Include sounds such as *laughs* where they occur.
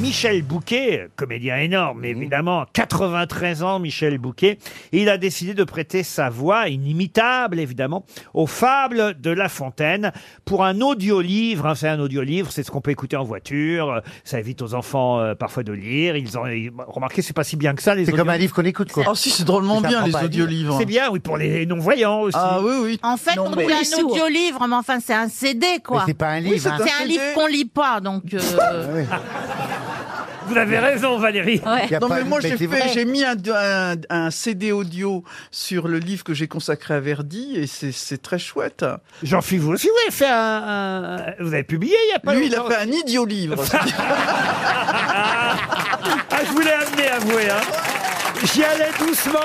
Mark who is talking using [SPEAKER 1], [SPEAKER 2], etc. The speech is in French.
[SPEAKER 1] Michel Bouquet, comédien énorme évidemment, 93 ans Michel Bouquet, il a décidé de prêter sa voix inimitable évidemment aux fables de La Fontaine pour un audiolivre. hein. c'est un audiolivre, c'est ce qu'on peut écouter en voiture, euh, ça évite aux enfants euh, parfois de lire. Ils ont remarqué c'est pas si bien que ça les
[SPEAKER 2] C'est comme un
[SPEAKER 1] audiolivres.
[SPEAKER 2] livre qu'on écoute, quoi.
[SPEAKER 3] Oh si, c'est drôlement
[SPEAKER 2] Ça
[SPEAKER 3] bien
[SPEAKER 2] apprend
[SPEAKER 3] les
[SPEAKER 2] pas à lire.
[SPEAKER 3] audiolivres.
[SPEAKER 1] C'est bien oui pour les non-voyants aussi.
[SPEAKER 3] Ah oui, oui.
[SPEAKER 4] En fait,
[SPEAKER 3] Non,
[SPEAKER 4] on
[SPEAKER 3] mais-
[SPEAKER 4] dit
[SPEAKER 3] Les
[SPEAKER 4] un
[SPEAKER 3] sourds.
[SPEAKER 4] audiolivre, mais enfin, c'est un CD,
[SPEAKER 2] Mais
[SPEAKER 4] quoi.
[SPEAKER 2] c'est pas un livre. hein.
[SPEAKER 4] C'est un livre qu'on lit pas, donc. euh,
[SPEAKER 1] Vous avez raison Valérie.
[SPEAKER 4] ouais.
[SPEAKER 2] Y a
[SPEAKER 3] Non
[SPEAKER 2] pas-
[SPEAKER 3] mais moi
[SPEAKER 2] mais
[SPEAKER 3] j'ai
[SPEAKER 2] c'est
[SPEAKER 3] fait-
[SPEAKER 2] vrai.
[SPEAKER 3] j'ai mis un, un- un CD audio sur le livre que j'ai consacré à Verdi et c'est- c'est très chouette.
[SPEAKER 1] J'en suis vous aussi. Vous avez fait un, un- vous avez publié il y a pas
[SPEAKER 3] Lui il a
[SPEAKER 1] longtemps.
[SPEAKER 3] fait un idiot *laughs* livre.
[SPEAKER 1] Ah, je voulais amener, avouez. Hein. J'y allais doucement.